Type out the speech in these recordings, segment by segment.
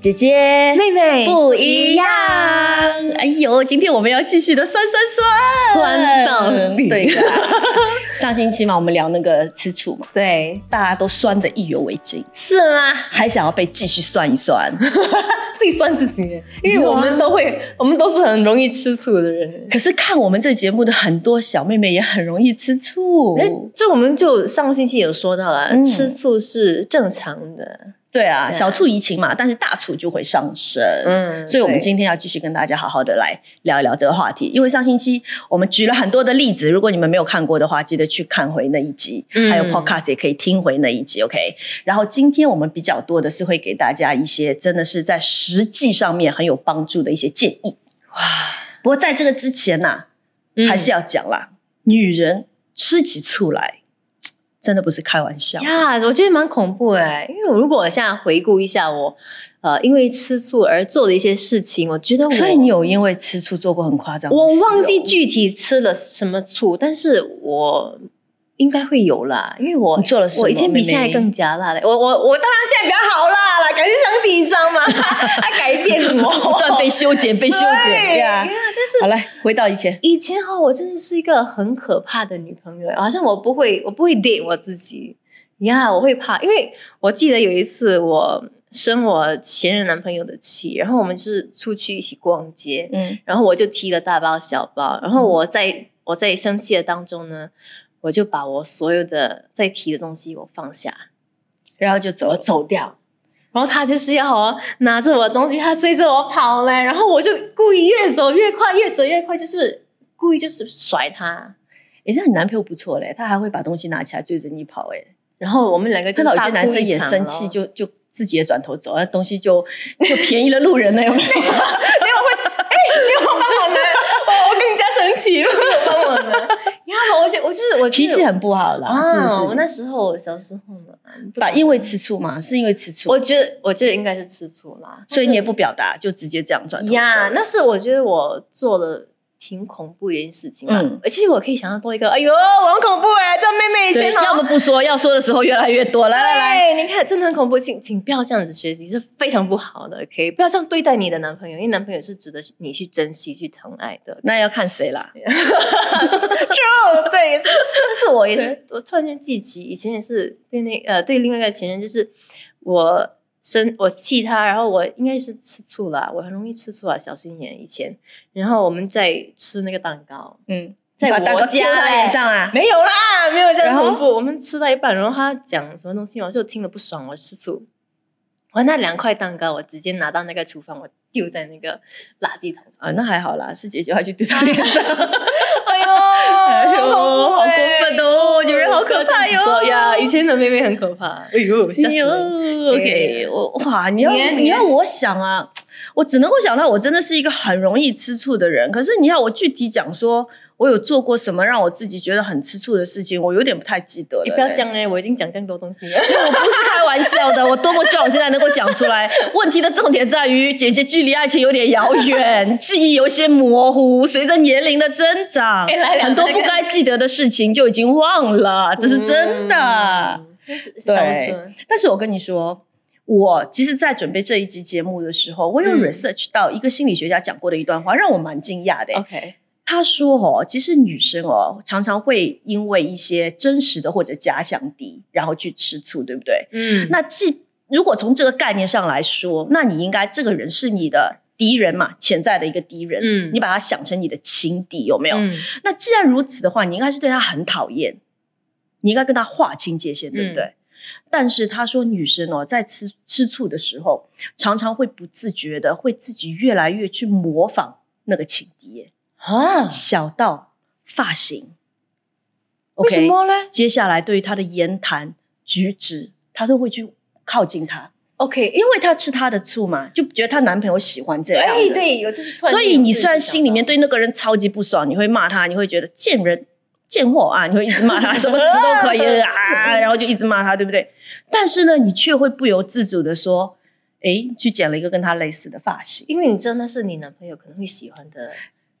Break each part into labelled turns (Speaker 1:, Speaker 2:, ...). Speaker 1: 姐姐
Speaker 2: 妹妹
Speaker 1: 不一样。哎呦，今天我们要继续的酸酸
Speaker 2: 酸
Speaker 1: 酸
Speaker 2: 到底
Speaker 1: 对 的，上星期嘛，我们聊那个吃醋嘛，
Speaker 2: 对，
Speaker 1: 大家都酸的意犹未尽，
Speaker 2: 是吗？
Speaker 1: 还想要被继续酸一酸。
Speaker 2: 自己算自己，因为
Speaker 1: 有啊
Speaker 2: 我们都会， 我们都是很容易吃醋的人。
Speaker 1: 可是看我们这节目的很多小妹妹也很容易吃
Speaker 2: 哎
Speaker 1: 醋，，
Speaker 2: 就我们就上星期有说到了，
Speaker 1: 嗯
Speaker 2: 吃醋是正常的。
Speaker 1: 对啊，
Speaker 2: 对啊
Speaker 1: 小醋怡情嘛，但是大醋就会上升。
Speaker 2: 嗯
Speaker 1: 所以，我们今天要继续跟大家好好的来聊一聊这个话题，因为上星期我们举了很多的例子，如果你们没有看过的话，记得去看回那一集，
Speaker 2: 嗯
Speaker 1: 还有 podcast 也可以听回那一集，OK。然后今天我们比较多的是会给大家一些真的是在实际上面很有帮助的一些建议。不过在这个之前呐、
Speaker 2: 天
Speaker 1: 还是要讲啦，女人吃起醋来真的不是开玩笑。
Speaker 2: 呀我觉得蛮恐怖哎、因为我如果我现在回顾一下我，呃，因为吃醋而做的一些事情，我觉得我
Speaker 1: 所以你有因为吃醋做过很夸张的事哦？
Speaker 2: 我忘记具体吃了什么醋，但是我应该会有啦，因为我
Speaker 1: 你做了什么
Speaker 2: 我以前
Speaker 1: 妹
Speaker 2: 比
Speaker 1: 妹
Speaker 2: 现在更加辣嘞。我我我当然现在比较好辣啦，感谢上帝，你 知道吗？他改变我，
Speaker 1: 不断被修剪，被修剪
Speaker 2: 对呀
Speaker 1: 呀。
Speaker 2: 但是
Speaker 1: 好来，回到以前，
Speaker 2: 以前哈、我真的是一个很可怕的女朋友，好像我不会，我不会 date 我自己呀我会怕，因为我记得有一次我生我前任男朋友的气，然后我们是出去一起逛街，
Speaker 1: 嗯，
Speaker 2: 然后我就提了大包小包，然后我在、我在生气的当中呢，我就把我所有的在提的东西我放下，
Speaker 1: 然后就走
Speaker 2: 我
Speaker 1: 了。
Speaker 2: 走掉。然后他就是要哦拿着我的东西，他追着我跑嘞，然后我就故意越走越快，越走越快，就是故意就是甩他。
Speaker 1: 也是你男朋友不错嘞，他还会把东西拿起来追着你跑哎。
Speaker 2: 然后我们两个
Speaker 1: 看
Speaker 2: 就
Speaker 1: 到有
Speaker 2: 大
Speaker 1: 些
Speaker 2: 哭
Speaker 1: 男生
Speaker 2: 一
Speaker 1: 也
Speaker 2: 场哦
Speaker 1: 生
Speaker 2: 咯
Speaker 1: 气， 就 就自己也转头走，那东西就就便宜了路人了， 有没有？
Speaker 2: 哦我更加生气了，帮 我呢。然后我就我就是我就是
Speaker 1: 脾气很不好啦，
Speaker 2: 啊，
Speaker 1: 是不
Speaker 2: 我那
Speaker 1: 是？
Speaker 2: 时候小时候嘛，不
Speaker 1: 把
Speaker 2: 懂
Speaker 1: 因为吃醋嘛，是因为吃醋，
Speaker 2: 我觉得我觉得应该是吃醋啦，
Speaker 1: 所以你也不表达，就直接这样转头走。
Speaker 2: 呀，那是我觉得我做了挺恐怖的一件事情啦。
Speaker 1: 嗯
Speaker 2: 而且我可以想到多一个，哎呦，我很恐怖哎、这妹妹以
Speaker 1: 对，
Speaker 2: 前
Speaker 1: 要么不说，要说的时候越来越多。来来来，
Speaker 2: 来，你看，真的很恐怖，请请不要这样子学习，是非常不好的。OK，不要这样对待你的男朋友，因为男朋友是值得你去珍惜、去疼爱的。
Speaker 1: 那要看谁啦。
Speaker 2: True，对，也是。但是我也是，我突然间记起以前也是对那呃对另外一个前任，就是我生我气他，然后我应该是吃醋啦，我很容易吃醋啊，小心眼以前。然后我们在吃那个蛋糕，
Speaker 1: 嗯，
Speaker 2: 在
Speaker 1: 把
Speaker 2: 我
Speaker 1: 蛋糕贴
Speaker 2: 家
Speaker 1: 他
Speaker 2: 嘞
Speaker 1: 脸上啊。
Speaker 2: 没有啦，没有这
Speaker 1: 然
Speaker 2: 样
Speaker 1: 后
Speaker 2: 恐怖。我们吃到一半，然后他讲什么东西，我就听了不爽，我吃醋。我那两块蛋糕，我直接拿到那个厨房，我丢在那个垃圾桶。
Speaker 1: 啊，那还好啦，是姐姐要去丢他脸 上。哎呦，
Speaker 2: 哎
Speaker 1: 好过分哦，女人好可怕哟！
Speaker 2: 呀，哦以前的妹妹很可怕。哎呦，吓
Speaker 1: 哎
Speaker 2: 死
Speaker 1: 呦
Speaker 2: 人！
Speaker 1: ，OK，我哇，你要
Speaker 2: 你呢
Speaker 1: 你要我想啊，我只能够想到我真的是一个很容易吃醋的人。可是你要我具体讲说，我有做过什么让我自己觉得很吃醋的事情，我有点不太记得了、
Speaker 2: 你不要
Speaker 1: 欸
Speaker 2: 这样哎，我已经讲这么多东西了。
Speaker 1: 我不是开玩笑的，我多么希望我现在能够讲出来。问题的重点在于，姐姐距离爱情有点遥远，记忆有些模糊，随着年龄的增长
Speaker 2: 哎 来，聊
Speaker 1: 很多
Speaker 2: 这
Speaker 1: 不
Speaker 2: 个
Speaker 1: 该记得的事情就已经忘 了，这是真的
Speaker 2: 嗯。，那是是
Speaker 1: 对
Speaker 2: 小村。
Speaker 1: 但是我跟你说。我其实，在准备这一集节目的时候，我有
Speaker 2: 嗯
Speaker 1: research 到一个心理学家讲过的一段话，让我蛮惊讶的。
Speaker 2: OK，
Speaker 1: 他说哦，其实女生哦，常常会因为一些真实的或者假想敌，然后去吃醋，对不对？
Speaker 2: 嗯
Speaker 1: 那既如果从这个概念上来说，那你应该这个人是你的敌人嘛，潜在的一个敌人，
Speaker 2: 嗯
Speaker 1: 你把他想成你的情敌，有没有？
Speaker 2: 嗯
Speaker 1: 那既然如此的话，你应该是对他很讨厌，你应该跟他划清界限，对不
Speaker 2: 嗯
Speaker 1: 对？但是他说，女生哦，在吃吃醋的时候，常常会不自觉的会自己越来越去模仿那个情敌耶，
Speaker 2: 啊，
Speaker 1: 小到发型
Speaker 2: 为什
Speaker 1: ，OK，
Speaker 2: 么呢
Speaker 1: 接下来对于他的言谈举止，他都会去靠近他，
Speaker 2: ？OK，
Speaker 1: 因为他吃他的醋嘛，就觉得她男朋友喜欢这样
Speaker 2: 哎，
Speaker 1: 的。
Speaker 2: 对，我就是突然间有这个想法。
Speaker 1: 所以你虽然心里面对那个人超级不爽，你会骂他，你会觉得贱人、贱货啊，你会一直骂他，什么词都可 以啊，然后就一直骂他，对不对？但是呢，你却会不由自主的说，哎，去剪了一个跟他类似的发型。
Speaker 2: 因为你知道那是你男朋友可能会喜欢的，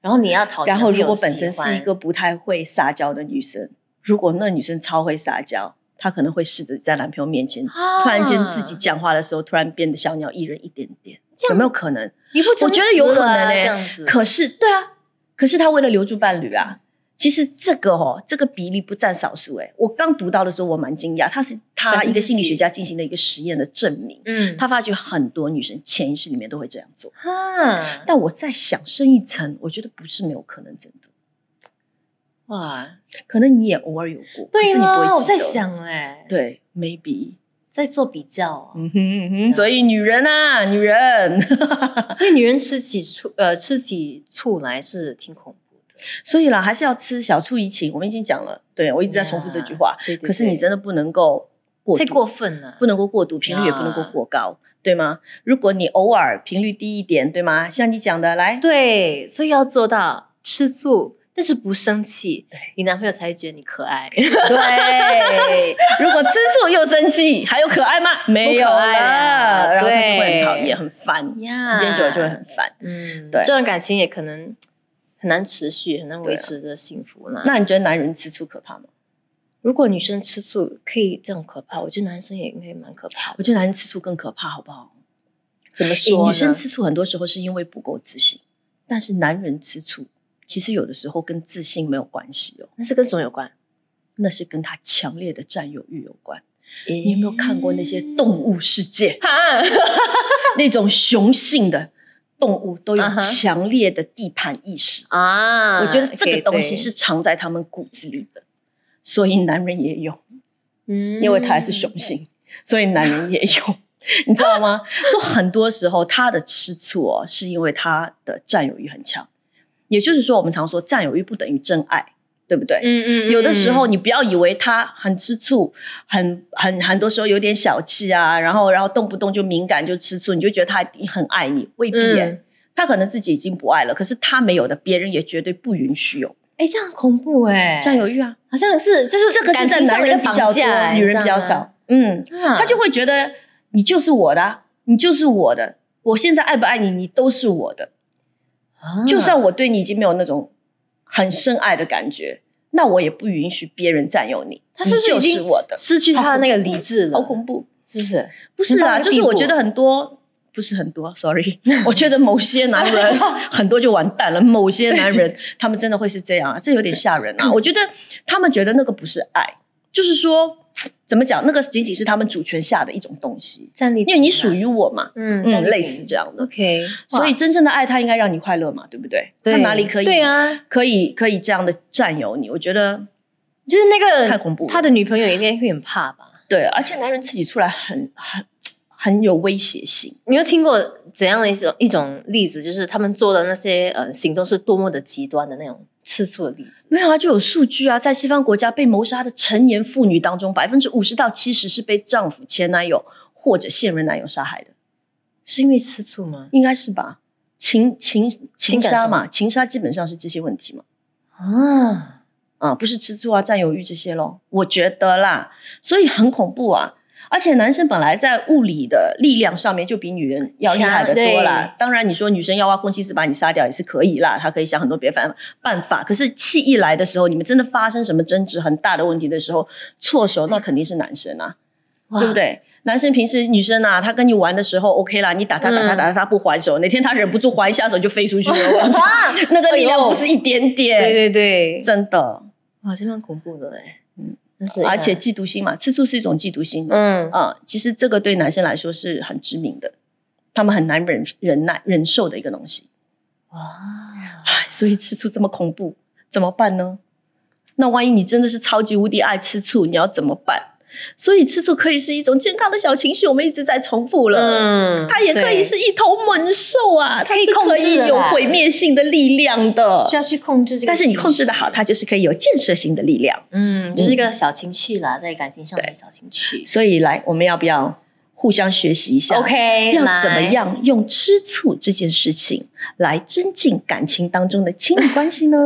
Speaker 2: 然后你要讨，
Speaker 1: 然后，
Speaker 2: 哦你
Speaker 1: 如果
Speaker 2: 男朋友
Speaker 1: 本身是一
Speaker 2: 喜
Speaker 1: 个
Speaker 2: 欢
Speaker 1: 不太会撒娇的女生，如果那女生超会撒娇，她可能会试着在男朋友面前，
Speaker 2: 啊
Speaker 1: 突然间自己讲话的时候，突然变得小鸟依人一点点，
Speaker 2: 这样
Speaker 1: 有没有可能？
Speaker 2: 你不
Speaker 1: 我觉得有可能
Speaker 2: 哎、
Speaker 1: 欸
Speaker 2: 这样子，
Speaker 1: 可是，对啊，可是他为了留住伴侣啊，其实这个哦，这个比例不占少数。诶，我刚读到的时候，我蛮惊讶，他是他一个心理学家进行了一个实验的证明，
Speaker 2: 嗯，
Speaker 1: 他发觉很多女生潜意识里面都会这样做。
Speaker 2: 哈，
Speaker 1: 但我再想深一层，我觉得不是没有可能，真的，
Speaker 2: 哇，
Speaker 1: 可能你也偶尔有过，可
Speaker 2: 对
Speaker 1: 是你不会记
Speaker 2: 啊，我在
Speaker 1: 得，
Speaker 2: 想哎、
Speaker 1: 对，maybe，
Speaker 2: 在做比较、哦，
Speaker 1: 嗯哼嗯哼，所以女人 啊，女人，
Speaker 2: 所以女人吃起醋呃吃起醋来是挺恐怖的，
Speaker 1: 所以啦，还是要吃小醋怡情，我们已经讲了，对我一
Speaker 2: 一
Speaker 1: 直在重复这句话，，
Speaker 2: 对对
Speaker 1: 可是你
Speaker 2: 对
Speaker 1: 真的不能够过度
Speaker 2: 太过分了，
Speaker 1: 不能够过度，频率也不能够过高，对吗？如果你偶尔频率低一点，对吗？像你讲的， 来，
Speaker 2: 对，所以要做到吃醋，但是不生气
Speaker 1: 对，
Speaker 2: 你男朋友才会觉得你可爱。
Speaker 1: 对 如果吃醋又生气，还有可爱吗？没有
Speaker 2: 不可爱啊
Speaker 1: 了，然后他就
Speaker 2: 对
Speaker 1: 会很讨厌、很烦
Speaker 2: 呀
Speaker 1: 时间久了就会很烦。
Speaker 2: 嗯，
Speaker 1: 对
Speaker 2: 这段感情也可能很难持续，很难
Speaker 1: 对
Speaker 2: 维
Speaker 1: 啊
Speaker 2: 持着幸福啦。
Speaker 1: 那你觉得男人吃醋可怕吗？
Speaker 2: 如果女生吃醋可以这样可怕，我觉得男生也应该蛮可怕
Speaker 1: 我
Speaker 2: 的。
Speaker 1: 觉得男人吃醋更可怕，好不好？
Speaker 2: 怎么
Speaker 1: 诶
Speaker 2: 说呢？
Speaker 1: 女生吃醋很多时候是因为不够自信，但是男人吃醋其实有的时候跟自信没有关系哦，
Speaker 2: 那是跟什么有关？
Speaker 1: 那是跟他强烈的占有欲有关。你有没有看过那些动
Speaker 2: 嗯？
Speaker 1: 物世界？
Speaker 2: 哈，
Speaker 1: 那种雄性的动物都有
Speaker 2: 嗯哼
Speaker 1: 强烈的地盘意识。
Speaker 2: 啊，
Speaker 1: 我觉得这个东西
Speaker 2: 对
Speaker 1: 是，藏在他们骨子里的，所以男人也有，
Speaker 2: 嗯
Speaker 1: 因为他还是雄性，所以男人也有。你知道 吗？所以很多时候他的吃醋哦，是因为他的占有欲很强。也就是说，我们常说占有欲不等于真爱，对不对？
Speaker 2: 嗯嗯，嗯
Speaker 1: 有的时候
Speaker 2: 嗯
Speaker 1: 你不要以为他很吃醋，很很很多时候有点小气啊，然后然后动不动就敏感就吃醋，你就觉得他一定很爱你，未必耶、
Speaker 2: 嗯，
Speaker 1: 他可能自己已经不爱了，可是他没有的，别人也绝对不允许有
Speaker 2: 哎，这样很恐怖哎，
Speaker 1: 占有欲啊。
Speaker 2: 好像是就是
Speaker 1: 这个就
Speaker 2: 感
Speaker 1: 在
Speaker 2: 情上
Speaker 1: 男
Speaker 2: 的一个
Speaker 1: 人比较
Speaker 2: 绑架
Speaker 1: 多，
Speaker 2: 哎
Speaker 1: 女人比较，少。嗯，
Speaker 2: 你知道吗啊
Speaker 1: 他就会觉得你就是我的啊，你就是我的，我现在爱不爱你，你都是我的。
Speaker 2: 啊
Speaker 1: 就算我对你已经没有那种很深爱的感觉，那我也不允许别人占有你。
Speaker 2: 他是不是
Speaker 1: 你
Speaker 2: 已
Speaker 1: 就
Speaker 2: 经
Speaker 1: 是我的？
Speaker 2: 失去他的那个理智了，
Speaker 1: 好恐怖！
Speaker 2: 是不是？
Speaker 1: 不是
Speaker 2: 你到
Speaker 1: 啦，
Speaker 2: 底
Speaker 1: 就是我
Speaker 2: 地步
Speaker 1: 觉得很多不是很多，sorry，我 觉得某些男人 很多就完蛋了，某些男人他们真的会是这样啊，这有点吓人
Speaker 2: 嗯
Speaker 1: 啊。我觉得他们觉得那个不是爱，就是说怎么讲，那个仅仅是他们主权下的一种东西，
Speaker 2: 占领，
Speaker 1: 因为你属于我嘛，
Speaker 2: 嗯
Speaker 1: 嗯，类似这
Speaker 2: 样
Speaker 1: 样的。
Speaker 2: ，OK，
Speaker 1: 所以真正的爱，他应该让你快乐嘛，对不对？
Speaker 2: 对
Speaker 1: 他哪里可以？
Speaker 2: 对，啊，
Speaker 1: 可以可以这样的占有你，我觉得
Speaker 2: 就是那个
Speaker 1: 太恐怖了
Speaker 2: 他的女朋友应该会很怕吧？
Speaker 1: 对，而且男人自己出来很很很有威胁性。
Speaker 2: 你有听过怎样的一种一种例子？就是他们做的那些呃行动是多么的极端的那种吃醋的例子？
Speaker 1: 没有啊，就有数据啊，在西方国家被谋杀的成年妇女当中，百分之五十到七十是被丈夫、前男友或者现任男友杀害的，
Speaker 2: 是因为吃醋吗？
Speaker 1: 应该是吧？情情情
Speaker 2: 感
Speaker 1: 杀
Speaker 2: 上
Speaker 1: 嘛，情杀基本上是这些问题嘛，
Speaker 2: 啊，
Speaker 1: 啊，不是吃醋啊、占有欲这些咯，我觉得啦，所以很恐怖啊。而且男生本来在物理的力量上面就比女人要厉害的多
Speaker 2: 强
Speaker 1: 啦
Speaker 2: 对。
Speaker 1: 当然，你说女生要挖空心思把你杀掉也是可以啦，她可以想很多别的办办法。可是气一来的时候，你们真的发生什么争执、很大的问题的时候，错手那肯定是男生啊，对不？对？男生平时女生啊，他跟你玩的时候 OK 啦，你打他打他
Speaker 2: 嗯
Speaker 1: 打他，他不还手，哪天他忍不住还一下手就飞出去了，我跟你讲
Speaker 2: 哇，
Speaker 1: 那个力
Speaker 2: 哎
Speaker 1: 量
Speaker 2: 呦
Speaker 1: 不是一点点，
Speaker 2: 对对对，
Speaker 1: 真的。
Speaker 2: 哇，这蛮恐怖的嘞。嗯
Speaker 1: 嗯，
Speaker 2: 但是
Speaker 1: 而且嫉妒心嘛，吃醋是一种嫉妒心啊、
Speaker 2: 嗯，
Speaker 1: 其实这个对男生来说是很致命的，他们很难忍忍耐忍受的一个东西。
Speaker 2: 哇，
Speaker 1: 唉，所以吃醋这么恐怖，怎么办呢？那万一你真的是超级无敌爱吃醋，你要怎么办？所以吃醋可以是一种健康的小情绪，我们一直在重复了。
Speaker 2: 嗯
Speaker 1: 它也可以
Speaker 2: 对
Speaker 1: 是一头猛兽啊，它
Speaker 2: 可以
Speaker 1: 是
Speaker 2: 控
Speaker 1: 可以
Speaker 2: 制的
Speaker 1: 有
Speaker 2: 啦
Speaker 1: 毁灭性的力量的
Speaker 2: 需。要去控制这个，
Speaker 1: 但是你控制的好，，它就是可以有建设性的力量。
Speaker 2: 嗯，就是一个小情绪啦，在感情上的
Speaker 1: 对
Speaker 2: 小情绪。
Speaker 1: 所以来，我们要不要互相学习一下
Speaker 2: OK，
Speaker 1: 要
Speaker 2: 来
Speaker 1: 怎么？样用吃醋这件事情来增进感情当中的亲密关 系呢？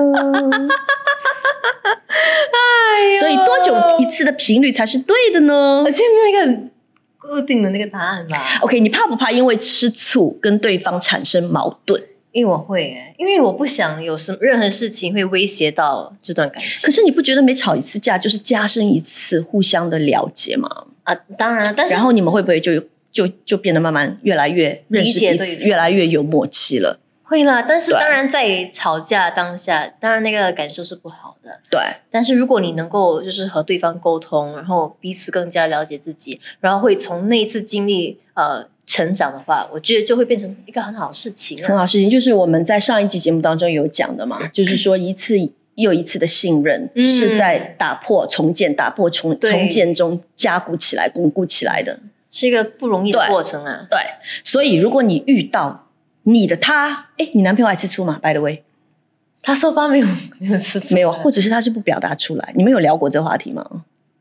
Speaker 1: 所以多久一次的频率才是对的呢
Speaker 2: 而且没有一个很固定的那个答案吧？
Speaker 1: ？OK，你怕不怕因为吃醋跟对方产生矛盾？
Speaker 2: 因为我会耶，因为我不想有什么任何事情会威胁到这段感情
Speaker 1: 可是你不觉得每吵一次架就是加深一次互相的了解吗？
Speaker 2: 啊。当然，但是
Speaker 1: 然后你们会不会就就就变得慢慢越来越认识
Speaker 2: 理解
Speaker 1: 彼此，
Speaker 2: 对方
Speaker 1: 越来越有默契了？
Speaker 2: 会啦，但是
Speaker 1: 对
Speaker 2: 当然在吵架当下，当然那个感受是不好的。
Speaker 1: 对，
Speaker 2: 但是如果你能够就是和对方沟通，然后彼此更加了解自己，然后会从那一次经历呃成长的话，我觉得就会变成一个很好的事情、
Speaker 1: 很
Speaker 2: 啊。
Speaker 1: 好事情就是我们在上一期节目当中有讲的嘛，就是说一次又一次的信任
Speaker 2: 嗯
Speaker 1: 是在打破、重建、打破重
Speaker 2: 对
Speaker 1: 重建中加固起来、巩固起来的。
Speaker 2: 是一个不容易的
Speaker 1: 对
Speaker 2: 过程啊。
Speaker 1: 对，所以如果你遇到你的他，哎，你男朋友爱吃醋吗？By the way，
Speaker 2: 他收发没有没有吃醋
Speaker 1: 没有，
Speaker 2: 啊
Speaker 1: 或者是他是不表达出来。你们有聊过这个话题吗？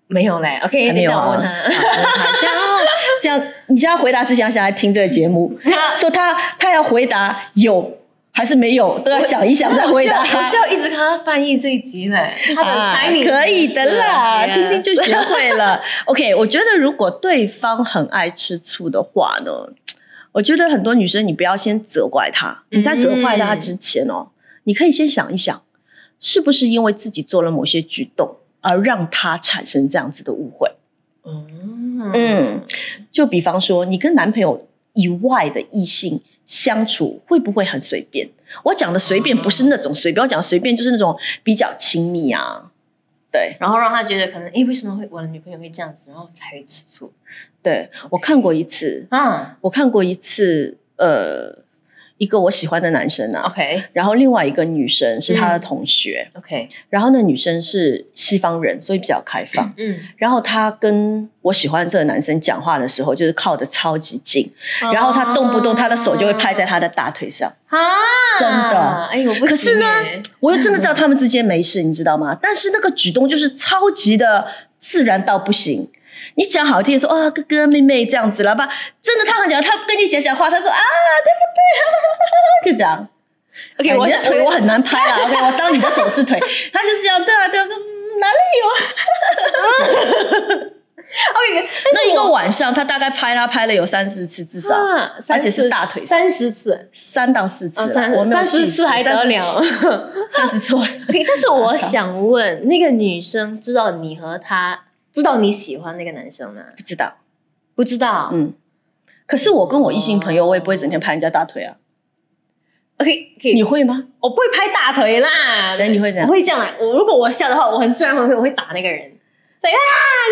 Speaker 2: 没有嘞。OK，
Speaker 1: 还
Speaker 2: 等
Speaker 1: 没
Speaker 2: 一
Speaker 1: 有
Speaker 2: 下
Speaker 1: 啊。
Speaker 2: 我问
Speaker 1: 好
Speaker 2: 他
Speaker 1: 问。他一下哦这样，你现在回答之前要想来听这个节 目，说他他要回答有还是没有，都要想一想再回答。
Speaker 2: 我需要我需要一直看他翻译这一集嘞，他的
Speaker 1: 啊
Speaker 2: Chinese
Speaker 1: 可以的啦，
Speaker 2: 是啊
Speaker 1: 听听就
Speaker 2: yes
Speaker 1: 学会 了。OK，我觉得如果对方很爱吃醋的话呢，我觉得很多女生你不要先责怪她，
Speaker 2: 嗯
Speaker 1: 你在责怪她之前哦，你可以先想一想，是不是因为自己做了某些举动而让她产生这样子的误会？
Speaker 2: 啊嗯
Speaker 1: 嗯，就比方说，你跟男朋友以外的异性相处，会不会很随便？我讲的随便不是那
Speaker 2: 啊
Speaker 1: 种随便，我讲的随便就是那种比较亲密啊，对。
Speaker 2: 然后让他觉得可能，诶，为什么会我的女朋友会这样子，然后才会吃醋？
Speaker 1: 对我看过一次，
Speaker 2: 嗯
Speaker 1: 我看过一次，呃，一个我喜欢的男生啊，
Speaker 2: ，OK
Speaker 1: 然后另外一个女生是他的同学，
Speaker 2: OK，
Speaker 1: 然后那女生是西方人，所以比较开放。
Speaker 2: 嗯，
Speaker 1: 然后他跟我喜欢这个男生讲话的时候，就是靠得超级近，
Speaker 2: 哦
Speaker 1: 然后他动不动他的手就会拍在他的大腿上。
Speaker 2: 啊，
Speaker 1: 真的
Speaker 2: 哎，我不行耶
Speaker 1: 可是呢，我又真的知道他们之间没事，你知道吗？但是那个举动就是超级的自然到不行。你讲好听说啊、哥哥妹妹这样子了吧？真的，他很讲，他跟你讲讲话，他说啊，对不对？ 就这样。哎
Speaker 2: OK，我
Speaker 1: 你的
Speaker 2: 想
Speaker 1: 腿我很难拍 啦。OK，我当你的手是腿，他就是要对啊，对啊，说嗯哪里有啊？
Speaker 2: OK，
Speaker 1: 那一个晚上，他大概拍他拍了有三四次，至少
Speaker 2: 啊，
Speaker 1: 而
Speaker 2: 三
Speaker 1: 且
Speaker 2: 十
Speaker 1: 是大腿上
Speaker 2: 三十次，
Speaker 1: 啊三到四次
Speaker 2: 哦，
Speaker 1: 啦。
Speaker 2: 三
Speaker 1: 我没有
Speaker 2: 三
Speaker 1: 细
Speaker 2: 十次
Speaker 1: 数？
Speaker 2: 还得了？
Speaker 1: 三十次我，
Speaker 2: OK，但是我想问，那个女生知道你和他，知道你喜欢那个男生吗？
Speaker 1: 不知道。
Speaker 2: 不知道。
Speaker 1: 嗯，可是我跟我异性朋友，我也不会整天拍人家大腿啊。
Speaker 2: OK，可以
Speaker 1: 你会吗？
Speaker 2: 我不会拍大腿啦，
Speaker 1: 所以你会怎样
Speaker 2: 我会这样啦。我如果我笑的话，我很自然会我会打那个人。对啊，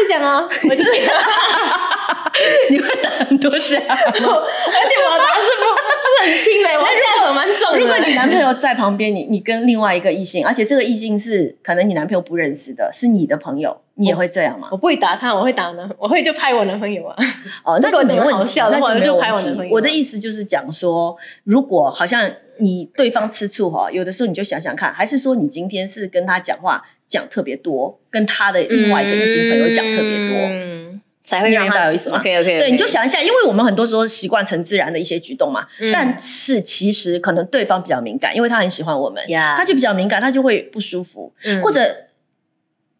Speaker 2: 就这样哦，我就这样，
Speaker 1: 你会打很多架吗？
Speaker 2: 而且我打是不不是很 轻的，我下手蛮重的。
Speaker 1: 如果你男朋友在旁边，你你跟另外一个异性，而且这个异性是可能你男朋友不认识的，是你的朋友，你也会这样吗？
Speaker 2: 我不会打他，我会打我男，我会就拍我男朋友啊。
Speaker 1: 哦，那
Speaker 2: 这个
Speaker 1: 就没
Speaker 2: 我觉得
Speaker 1: 问
Speaker 2: 好
Speaker 1: 题
Speaker 2: 笑的
Speaker 1: 那
Speaker 2: 话
Speaker 1: 就
Speaker 2: 我就
Speaker 1: 没
Speaker 2: 拍我
Speaker 1: 问
Speaker 2: 男
Speaker 1: 题
Speaker 2: 朋友
Speaker 1: 我的意思就是讲说，如果好像你对方吃醋哈，有的时候你就想想看，还是说你今天是跟他讲话讲特别多，跟他的
Speaker 2: 嗯
Speaker 1: 另外一个异性朋友讲特别多。
Speaker 2: 多，才会让
Speaker 1: 你明白
Speaker 2: 他
Speaker 1: 我意思吗
Speaker 2: OK OK，
Speaker 1: 嗯对，你就，想一下，因为我们很多时候习惯成自然的一些举动嘛，
Speaker 2: 嗯
Speaker 1: 但是其实可能对方比较敏感，因为他很喜欢我们
Speaker 2: Yeah
Speaker 1: 他就比较敏感，他就会不舒服。
Speaker 2: 嗯
Speaker 1: 或者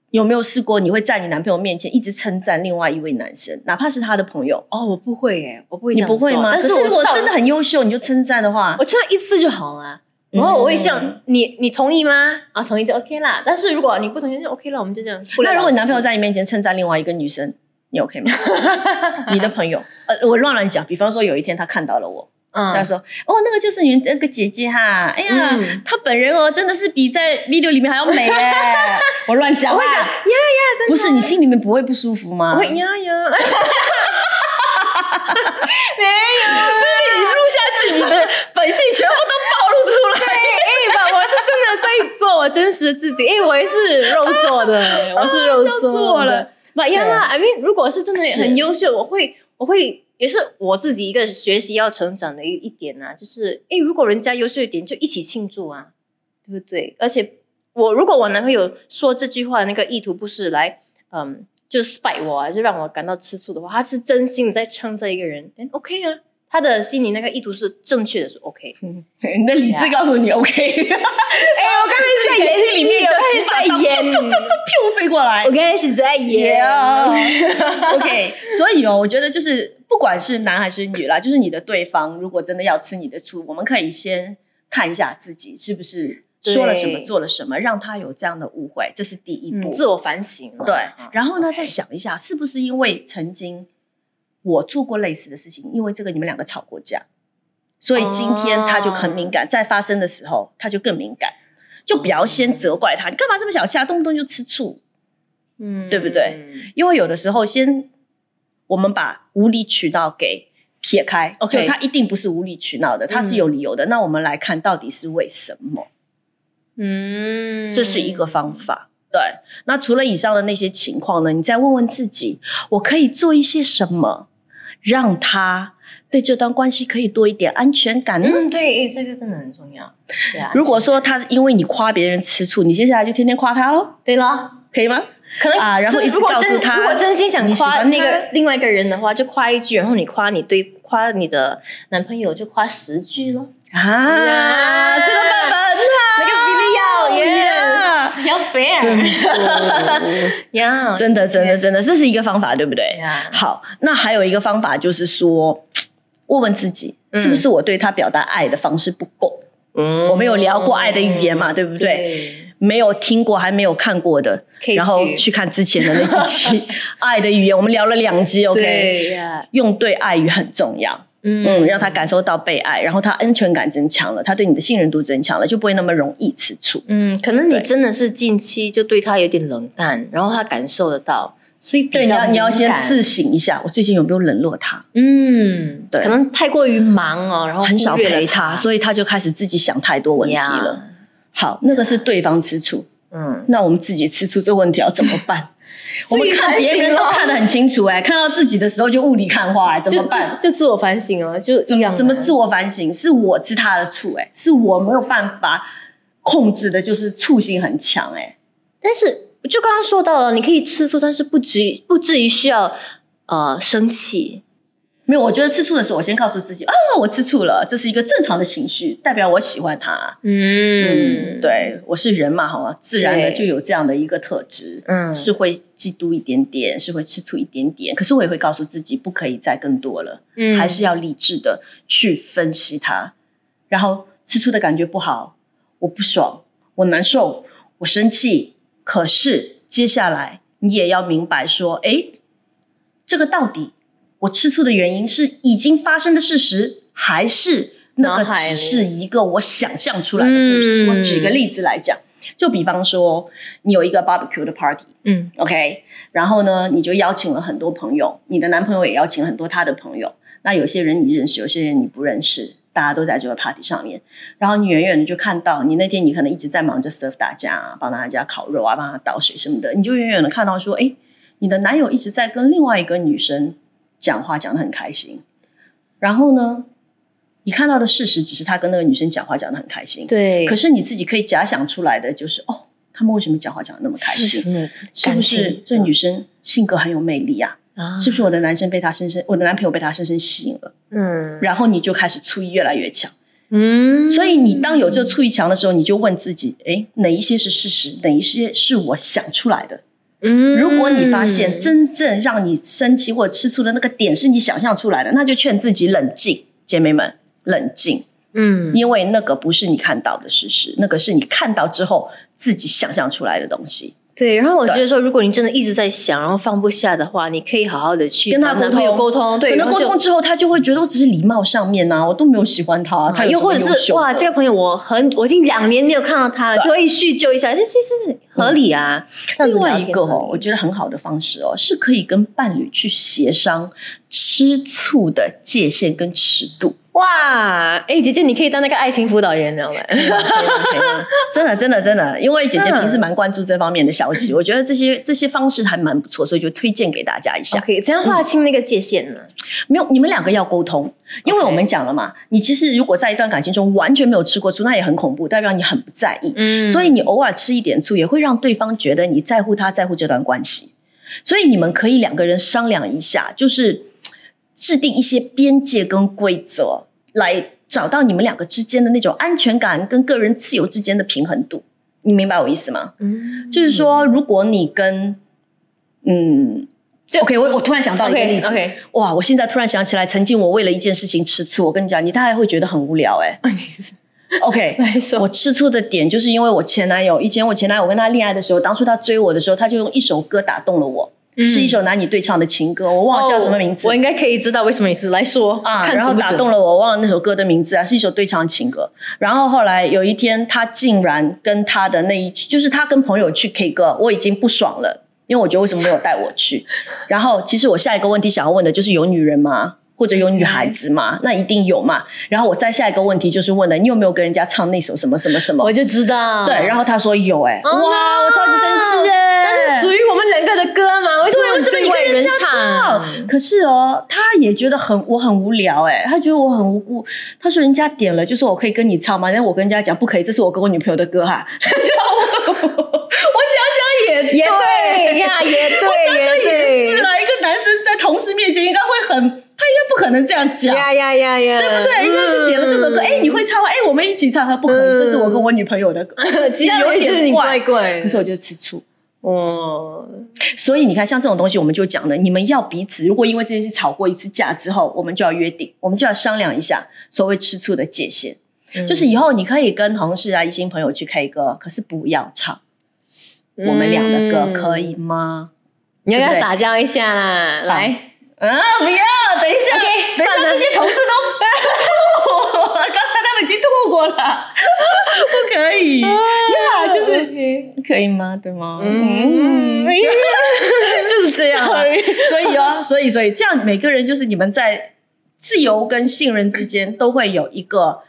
Speaker 1: 有没有试过，你会在你男朋友面前一直称赞另外一位男生，哪怕是他的朋友，
Speaker 2: 哦，我不会耶，我不会这
Speaker 1: 你
Speaker 2: 样做，
Speaker 1: 不会吗？
Speaker 2: 但
Speaker 1: 可
Speaker 2: 我
Speaker 1: 如果
Speaker 2: 知道
Speaker 1: 真的很优秀，你就称赞的话
Speaker 2: 我，知道一次就好了。然后我会
Speaker 1: 嗯
Speaker 2: 像你，你同意吗？啊，同意就 OK 啦。但是如果你不同意就 OK 了，我们就这样。
Speaker 1: 那如果你男朋
Speaker 2: 友。
Speaker 1: 友在你面前称赞另外一个女生，你 OK 吗？ 你的朋友， 呃，我乱乱讲，比方说有一天他看到了我，他
Speaker 2: 嗯，
Speaker 1: 说：“哦，那个就是你们那个姐姐哈，哎呀，
Speaker 2: 嗯
Speaker 1: 她本人哦，真的是比在 video 里面还要美 耶。”我乱讲
Speaker 2: 我
Speaker 1: 话
Speaker 2: 会，讲呀嗯呀，真的
Speaker 1: 不是你心里面不会不舒服吗？
Speaker 2: 我会呀呀，
Speaker 1: 你录下去，你的本性全部都暴露出来。
Speaker 2: 哎吧，我是真的在做我真实的自己，因为我也是肉做 的，我是肉
Speaker 1: 啊笑死
Speaker 2: 做
Speaker 1: 我
Speaker 2: 的
Speaker 1: 了。
Speaker 2: 不呀啦，I mean，如果是真的
Speaker 1: 是
Speaker 2: 很优秀，我会我会也是我自己一个学习要成长的一一点啊，就是哎，如果人家优秀一点，就一起庆祝啊，对不对？而且我如果我男朋友说这句话，那个意图不是来嗯。就是 spite 我啊，就让我感到吃醋的话，他是真心的在称赞一个人，then，OK 啊，他的心里那个意图是正确的，是 OK。
Speaker 1: 你的理智告诉你 OK，
Speaker 2: 哎、我刚才是在演戏，
Speaker 1: 里 面就
Speaker 2: 我
Speaker 1: 几把
Speaker 2: 刚才
Speaker 1: 刀
Speaker 2: 在演，
Speaker 1: 咻飞过来
Speaker 2: 我。刚才是在演。
Speaker 1: Yeah. OK，所以哦，我觉得就是不管是男还是女啦，就是你的对方如果真的要吃你的醋，我们可以先看一下自己是不是
Speaker 2: 对
Speaker 1: 说了什么、做了什么，让他有这样的误会，这是第一步。
Speaker 2: 嗯，自我反省了。
Speaker 1: 对
Speaker 2: 嗯，
Speaker 1: 然后呢，
Speaker 2: OK
Speaker 1: 再想一下，是不是因为曾经我做过类似的事情，因为这个你们两个吵过架，所以今天
Speaker 2: 哦
Speaker 1: 他就很敏感，在发生的时候他就更敏感，就不要先责怪他，你干嘛这么小气啊，动不动就吃醋？
Speaker 2: 嗯，
Speaker 1: 对不对？因为有的时候先我们把无理取闹给撇开就
Speaker 2: OK
Speaker 1: 他一定不是无理取闹的，他是有理由的。那我们来看到底是为什么，
Speaker 2: 嗯，
Speaker 1: 这是一个方法。对，那除了以上的那些情况呢，你再问问自己，我可以做一些什么，让他对这段关系可以多一点安全感呢？
Speaker 2: 嗯，对，这个真的很重要。对啊，
Speaker 1: 如果说他是因为你夸别人吃醋，你接下来就天天夸他喽，
Speaker 2: 对了。
Speaker 1: 可以吗？
Speaker 2: 可能
Speaker 1: 啊然后
Speaker 2: 真的
Speaker 1: 一直
Speaker 2: 如果
Speaker 1: 告诉
Speaker 2: 真
Speaker 1: 他
Speaker 2: 如果真心想
Speaker 1: 你喜
Speaker 2: 夸
Speaker 1: 欢
Speaker 2: 那个
Speaker 1: 他
Speaker 2: 另外一个人的话，就夸一句，然后你夸你对夸你的男朋友就夸十句咯。
Speaker 1: 啊，这个办法很好，
Speaker 2: 那个比利
Speaker 1: 呀
Speaker 2: 要哦 yes，要 fair
Speaker 1: 真
Speaker 2: 呀，
Speaker 1: 真的，真的，真的，这是一个方法，对不对？
Speaker 2: 呀，
Speaker 1: 好，那还有一个方法就是说，问问自己，
Speaker 2: 嗯
Speaker 1: 是不是我对他表达爱的方式不够？
Speaker 2: 嗯
Speaker 1: 我们有聊过爱的语言嘛对不对？没有听过，还没有看过的，
Speaker 2: 可以
Speaker 1: 然后
Speaker 2: 去
Speaker 1: 去看之前的那几期 《爱的语言》，我们聊了两集，OK。
Speaker 2: 对呀，
Speaker 1: 用对爱语很重要，嗯，让他感受到被爱，然后他安全感增强了，他对你的信任度增强了，就不会那么容易吃醋。
Speaker 2: 嗯，可能你
Speaker 1: 对
Speaker 2: 真的是近期就对他有点冷淡，然后他感受得到，所以比
Speaker 1: 对，你
Speaker 2: 较
Speaker 1: 要你要
Speaker 2: 敏
Speaker 1: 先
Speaker 2: 感
Speaker 1: 自省一下，我最近有没有冷落他？
Speaker 2: 嗯，
Speaker 1: 对
Speaker 2: 可能太过于忙哦，然后
Speaker 1: 很少
Speaker 2: 忽略了
Speaker 1: 陪他，所以他就开始自己想太多问题了。
Speaker 2: 呀
Speaker 1: 好，那个是对方吃醋，
Speaker 2: 嗯，
Speaker 1: 那我们自己吃醋这问题要怎么 办？我们看别人都看得很清楚、哎，看到自己的时候就雾里看花、哎，怎么办？
Speaker 2: 就就自我反省哦，就
Speaker 1: 怎
Speaker 2: 一样
Speaker 1: 么
Speaker 2: 啊
Speaker 1: 怎么自我反省？是我吃他的醋、哎，是我没有办法控制的，就是醋性很强、哎，
Speaker 2: 但是就刚刚说到了，你可以吃醋，但是不至于不至于需要呃生气。
Speaker 1: 没有，我觉得吃醋的时候，我先告诉自己，啊，我吃醋了，这是一个正常的情绪，代表我喜欢他。嗯，，对，我是人嘛，好吗？自然的
Speaker 2: 对
Speaker 1: 就有这样的一个特质。
Speaker 2: 嗯，
Speaker 1: 是会嫉妒一点点，是会吃醋一点点。可是我也会告诉自己，不可以再更多了，
Speaker 2: 嗯
Speaker 1: 还是要理智的去分析它。然后吃醋的感觉不好，我不爽，我难受，我生气。可是接下来你也要明白说，诶，这个到底我吃醋的原因是已经发生的事实，还是那
Speaker 2: 脑
Speaker 1: 个
Speaker 2: 海里
Speaker 1: 只是一个我想象出来的故事？
Speaker 2: 嗯
Speaker 1: 我举个例子来讲，就比方说你有一个 barbecue 的 party。
Speaker 2: 嗯
Speaker 1: OK，然后呢，你就邀请了很多朋友，你的男朋友也邀请很多他的朋友。那有些人你认识，有些人你不认识，大家都在这个 party 上面。然后你远远的就看到，你那天你可能一直在忙着 serve 大家、啊，帮大家烤肉啊，帮他倒水什么的，你就远远的看到说，哎，你的男友一直在跟另外一个女生讲话，讲得很开心。然后呢，你看到的事实只是他跟那个女生讲话讲得很开心，
Speaker 2: 对，
Speaker 1: 可
Speaker 2: 是
Speaker 1: 是你自己可以假想出来的就是，哦，他们为什么讲话讲得那么开
Speaker 2: 不
Speaker 1: 心
Speaker 2: 是？没有
Speaker 1: 是不
Speaker 2: 感
Speaker 1: 是
Speaker 2: 情
Speaker 1: 这女生性格很有魅力啊？
Speaker 2: 啊？
Speaker 1: 是不是我的男生被她深深，我的男朋友被她深深吸引了？
Speaker 2: 嗯
Speaker 1: 然后你就开始醋意越来越强。
Speaker 2: 嗯，
Speaker 1: 所以你当有这醋意强的时候，你就问自己：诶，哪一些是事实？哪一些是我想出来的？
Speaker 2: 嗯，
Speaker 1: 如果你发现真正让你生气或者吃醋的那个点是你想象出来的，那就劝自己冷静，姐妹们冷静，
Speaker 2: 嗯
Speaker 1: 因为那个不是你看到的事实，那个是你看到之后自己想象出来的东西。
Speaker 2: 对，然后我觉
Speaker 1: 对
Speaker 2: 得说，如果你真的一直在想，然后放不下的话，你可以好好的去
Speaker 1: 跟他
Speaker 2: 和男朋友沟
Speaker 1: 沟
Speaker 2: 通，对，
Speaker 1: 可能
Speaker 2: 然后
Speaker 1: 沟
Speaker 2: 就
Speaker 1: 通之后，他就会觉得我只是礼貌上面啊，我都没有喜欢他，他有
Speaker 2: 嗯又
Speaker 1: 什么
Speaker 2: 或者
Speaker 1: 优
Speaker 2: 是
Speaker 1: 秀
Speaker 2: 哇，
Speaker 1: 的
Speaker 2: 这个朋友我很我已经两年没有看到他了，
Speaker 1: 对
Speaker 2: 就会叙旧一下，哎这其实合理啊。这样子
Speaker 1: 另外
Speaker 2: 聊
Speaker 1: 一
Speaker 2: 天
Speaker 1: 个
Speaker 2: 合
Speaker 1: 哦
Speaker 2: 理，
Speaker 1: 我觉得很好的方式哦，是可以跟伴侣去协商吃醋的界限跟尺度。
Speaker 2: 哇，哎，姐姐，你可以当那个爱情辅导员 了吗？哎
Speaker 1: 真的，真的，真的，因为姐姐
Speaker 2: 嗯
Speaker 1: 平时蛮关注这方面的消息，我觉得这些这些方式还蛮不错，所以就推荐给大家一下。
Speaker 2: 可以怎样划清那个界限呢？
Speaker 1: 没有，你们两个要沟通，因为
Speaker 2: OK
Speaker 1: 我们讲了嘛你其实如果在一段感情中完全没有吃过醋，那也很恐怖，代表你很不在意。
Speaker 2: 嗯
Speaker 1: 所以你偶尔吃一点醋，也会让对方觉得你在乎他，在乎这段关系。所以你们可以两个人商量一下，就是嘖制定一些边界跟规则，来找到你们两个之间的那种安全感跟个人自由之间的平衡度。你明白我意思吗？
Speaker 2: 嗯
Speaker 1: 就是说，如果你跟嗯
Speaker 2: 对
Speaker 1: ，OK，我我突然想到一个例子
Speaker 2: o k
Speaker 1: 哇！我现在突然想起来，曾经我为了一件事情吃醋，我跟你讲，你大概会觉得很无聊哎、 OK，
Speaker 2: 来说
Speaker 1: 我吃醋的点就是因为我前男友，以前我前男友跟他恋爱的时候，当初他追我的时候，他就用一首歌打动了我，
Speaker 2: 嗯
Speaker 1: 是一首男女对唱的情歌，我忘了叫什么名字。
Speaker 2: 哦我应该可以知道为什么你是来说
Speaker 1: 啊，
Speaker 2: 看
Speaker 1: 然后
Speaker 2: 准不
Speaker 1: 打
Speaker 2: 准
Speaker 1: 动了我，忘了那首歌的名字啊，是一首对唱情歌。然后后来有一天，他竟然跟他的那一，就是他跟朋友去 K 歌，我已经不爽了，因为我觉得为什么没有带我去？然后其实我下一个问题想要问的就是有女人吗？或者有女孩子吗？那一定有嘛。然后我再下一个问题就是问了，你有没有跟人家唱那首什么什么什么？
Speaker 2: 我就知道。
Speaker 1: 对，然
Speaker 2: 后
Speaker 1: 后他说有、欸，哎、
Speaker 2: Oh
Speaker 1: 哇，
Speaker 2: no！
Speaker 1: 我超级生气耶、
Speaker 2: 那是属于我们两个的歌吗？为什
Speaker 1: 对，
Speaker 2: 么
Speaker 1: 为什么你
Speaker 2: 哎对啊外
Speaker 1: 跟人
Speaker 2: 人
Speaker 1: 家唱？可是哦，他也觉得很我很无聊哎、他觉得我很无辜。他说人家点了，就说我可以跟你唱吗？但我跟人家讲不可以，这是我跟我女朋友的歌哈。 我 想想也
Speaker 2: 也对呀，也对，也
Speaker 1: 也 是
Speaker 2: 对，
Speaker 1: 啦，一个男生在同事面前应该会很，他应该不可能这样讲。
Speaker 2: 呀呀呀呀，
Speaker 1: 对不对？应该就点了这首歌，哎、你会唱吗？哎、我们一起唱。他不可以，
Speaker 2: 嗯
Speaker 1: 这是我跟我女朋友的歌，
Speaker 2: 你有一点怪怪。
Speaker 1: 可是我就吃醋。
Speaker 2: 哦，
Speaker 1: 所以你看，像这种东西，我们就讲了，你们要彼此，如果因为这件事吵过一次架之后，我们就要约定，我们就要商量一下所谓吃醋的界限。
Speaker 2: 嗯
Speaker 1: 就是以后你可以跟同事啊、异性朋友去 K 歌，可是不要唱我们俩的歌，可以吗？
Speaker 2: 嗯你要不要撒娇一下啦？来，
Speaker 1: 啊，不要！等一下
Speaker 2: OK，
Speaker 1: 等一
Speaker 2: 算
Speaker 1: 下，
Speaker 2: 了
Speaker 1: 这些同事 都吐，刚才他们已经吐过了，
Speaker 2: 啊
Speaker 1: 不可以呀，就是可以吗？对吗？
Speaker 2: 嗯
Speaker 1: 嗯，就是这样啊。
Speaker 2: Sorry
Speaker 1: 所以哦， 所以所以这样，每个人就是你们在自由跟信任之间都会有一个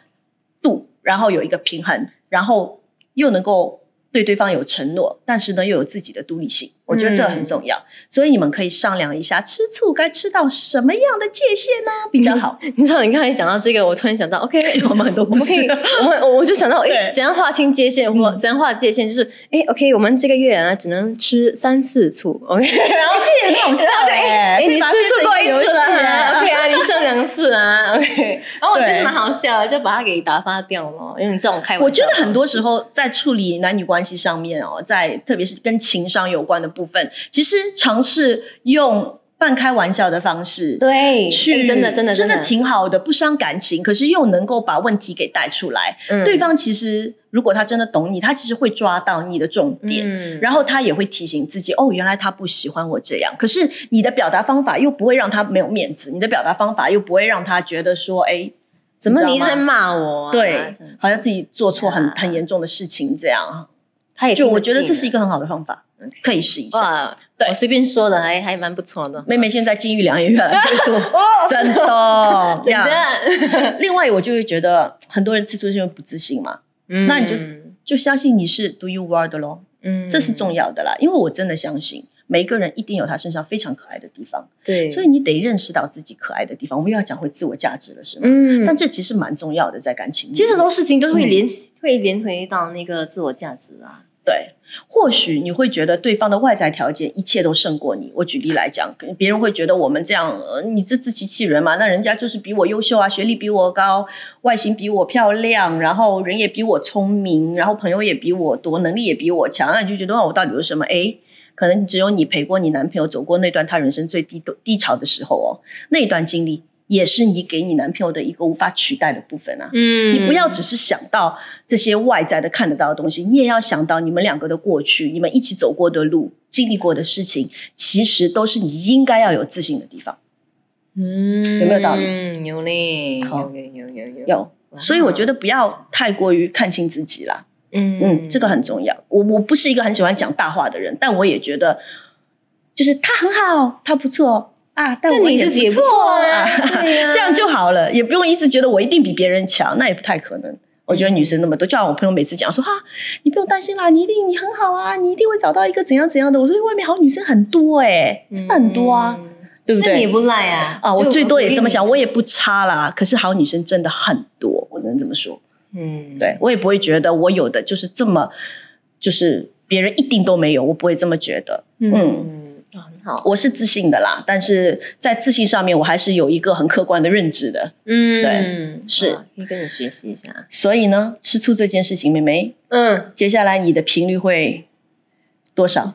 Speaker 1: 度，然后有一个平衡，然后又能够对对方有承诺，但是呢又有自己的独立性。我觉得这
Speaker 2: 嗯
Speaker 1: 很重要，所以你们可以商量一下，吃醋该吃到什么样的界限呢比较 好？
Speaker 2: 你知道你刚才讲到这个，我突然想到，OK，
Speaker 1: 我们很多
Speaker 2: 我
Speaker 1: 故
Speaker 2: 们可以，我们我我就想到，哎，
Speaker 1: 对
Speaker 2: 怎样划清界限，或
Speaker 1: 嗯
Speaker 2: 怎样划界限，就是，哎，OK，我们这个月啊，只能吃三次醋，OK，
Speaker 1: 然后这也很好笑
Speaker 2: 然后就
Speaker 1: 哎、
Speaker 2: 哎、
Speaker 1: 可以
Speaker 2: 你吃
Speaker 1: 把它变
Speaker 2: 醋过
Speaker 1: 成
Speaker 2: 一
Speaker 1: 个游戏
Speaker 2: 次了啊
Speaker 1: 啊
Speaker 2: ，OK 啊，你剩两次啊，OK。然后我就是
Speaker 1: 对
Speaker 2: 蛮好笑的，就把它给打发掉了，因为这种开玩笑。
Speaker 1: 我觉得很多时，候在处理男女关系上面哦，在特别是跟情商有关的部分，其实尝试用半开玩笑的方式。
Speaker 2: 对，
Speaker 1: 去
Speaker 2: 哎真的真的
Speaker 1: 真
Speaker 2: 的
Speaker 1: 的，挺好的，不伤感情，可是又能够把问题给带出来。
Speaker 2: 嗯
Speaker 1: 对方其实如果他真的懂你，他其实会抓到你的重点，
Speaker 2: 嗯，
Speaker 1: 然后他也会提醒自己，哦，原来他不喜欢我这样。可是你的表达方法又不会让他没有面子，你的表达方法又不会让他觉得说，哎，
Speaker 2: 怎么
Speaker 1: 知道
Speaker 2: 你一直
Speaker 1: 吗
Speaker 2: 在骂我、啊？
Speaker 1: 对，好像自己做错很
Speaker 2: 啊
Speaker 1: 很严重的事情这样。
Speaker 2: 他也
Speaker 1: 就
Speaker 2: 听
Speaker 1: 我
Speaker 2: 得
Speaker 1: 觉得这是一
Speaker 2: 进
Speaker 1: 个
Speaker 2: 啊
Speaker 1: 很好的方法，可以试一下。
Speaker 2: 哇，
Speaker 1: 对
Speaker 2: 我随便说的还还蛮不错的，
Speaker 1: 妹妹现在金玉良言越来越 多，真的这
Speaker 2: 哦真
Speaker 1: 样。
Speaker 2: 的。
Speaker 1: 另外，我就会觉得很多人吃醋是因为不自信嘛，那你就就相信你是独一无二的咯，
Speaker 2: 嗯
Speaker 1: 这是重
Speaker 2: 要，
Speaker 1: 要的啦。因为我真的相信每一个人一定有他身上非常可爱的地方，
Speaker 2: 对，
Speaker 1: 所以你得认识到自己可爱的地方。我们又要讲回自我价值了，是吗？
Speaker 2: 嗯，
Speaker 1: 但这其实蛮重要的，在感情里面。
Speaker 2: 其实很多事情都是会
Speaker 1: 嗯
Speaker 2: 连、会连回到那个自我价值啊。
Speaker 1: 对，或许你会觉得对方的外在条件一切都胜过你。我举例来讲，别人会觉得我们这样，呃，你这自欺欺人嘛？那人家就是比我优秀啊，学历比我高，外形比我漂亮，然后人也比我聪明，然后朋友也比我多，能力也比我强，那你就觉得哦哇我到底有什么？诶，可能只有你陪过你男朋友走过那段他人生最低低潮的时候哦，那一段经历也是你给你男朋友的一个无法取代的部分啊。
Speaker 2: 嗯
Speaker 1: 你不要只是想到这些外在的看得到的东西，你也要想到你们两个的过去，你们一起走过的路，经历过的事情，其实都是你应该要有自信的地方。
Speaker 2: 嗯，
Speaker 1: 有没有道理
Speaker 2: 嗯，有嘞，
Speaker 1: 好
Speaker 2: 有有有有有。
Speaker 1: 有，所以我觉得不要太过于看清自己啦。
Speaker 2: 嗯
Speaker 1: 嗯，这个很重要。我我不是一个很喜欢讲大话的人，但我也觉得，就是他很好，他不错啊，但
Speaker 2: 但
Speaker 1: 我
Speaker 2: 你
Speaker 1: 也
Speaker 2: 自己也
Speaker 1: 不
Speaker 2: 不错
Speaker 1: 错
Speaker 2: 啊 对呀
Speaker 1: 这样就好了，也不用一直觉得我一定比别人强，那也不太可能。我觉得女生那么多，就像我朋友每次讲说哈、你不用担心啦，你一定你很好啊，你一定会找到一个怎样怎样的。我说外面好女生很多哎、真的很多啊，，
Speaker 2: 嗯
Speaker 1: 对不
Speaker 2: 那你也
Speaker 1: 对？
Speaker 2: 不赖啊。
Speaker 1: 啊，我
Speaker 2: 就
Speaker 1: 最多也这么想，
Speaker 2: 鼓
Speaker 1: 我也不差啦。可是好女生真的很多，我只能这么说。
Speaker 2: 励你嗯，
Speaker 1: 对我也不会觉得我有的就是这么，就是别人一定都没有，我不会这么觉得。
Speaker 2: 嗯，啊很好，
Speaker 1: 我是自信的啦，但是在自信上面，我还是有一个很客观的认知的。
Speaker 2: 嗯
Speaker 1: 对是
Speaker 2: 啊可以跟你学习一下。
Speaker 1: 所以呢，吃醋这件事情，妹妹，
Speaker 2: 嗯，
Speaker 1: 接下来你的频率会多少？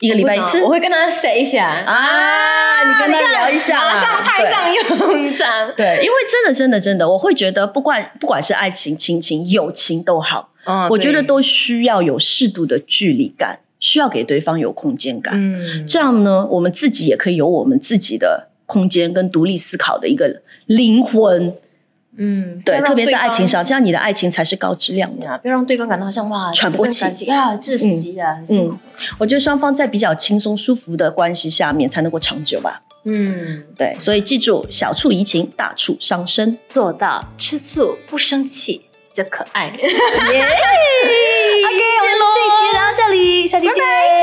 Speaker 1: 一个礼拜一次
Speaker 2: 哦我会跟他 say 一下
Speaker 1: 啊你跟他
Speaker 2: 你看
Speaker 1: 聊一下
Speaker 2: 马上派上用场。
Speaker 1: 对，因为真的真的真的，我会觉得不管不管是爱情、亲情、友情都好，
Speaker 2: 嗯
Speaker 1: 我觉得，都需要有适度的距离感，需要给对方有空间
Speaker 2: 对
Speaker 1: 感。
Speaker 2: 嗯，
Speaker 1: 这样呢，我们自己也可以有我们自己的空间跟独立思考的一个灵魂。
Speaker 2: 嗯，
Speaker 1: 对，
Speaker 2: 要让
Speaker 1: 特别在
Speaker 2: 对
Speaker 1: 爱
Speaker 2: 方
Speaker 1: 情上，这样你的爱情才是高质量的。
Speaker 2: 啊，不要让对方感到好像哇
Speaker 1: 喘
Speaker 2: 这
Speaker 1: 不
Speaker 2: 段
Speaker 1: 起
Speaker 2: 感情啊，窒息啊，很辛苦。
Speaker 1: 嗯我觉得双方在比较轻松舒服的关系下面才能够长久吧。
Speaker 2: 嗯，
Speaker 1: 对，所以记住，小处怡情，大处伤身。
Speaker 2: 做到吃醋不生气 就可爱。
Speaker 1: 耶！OK，我们这一集聊到这里，下期见。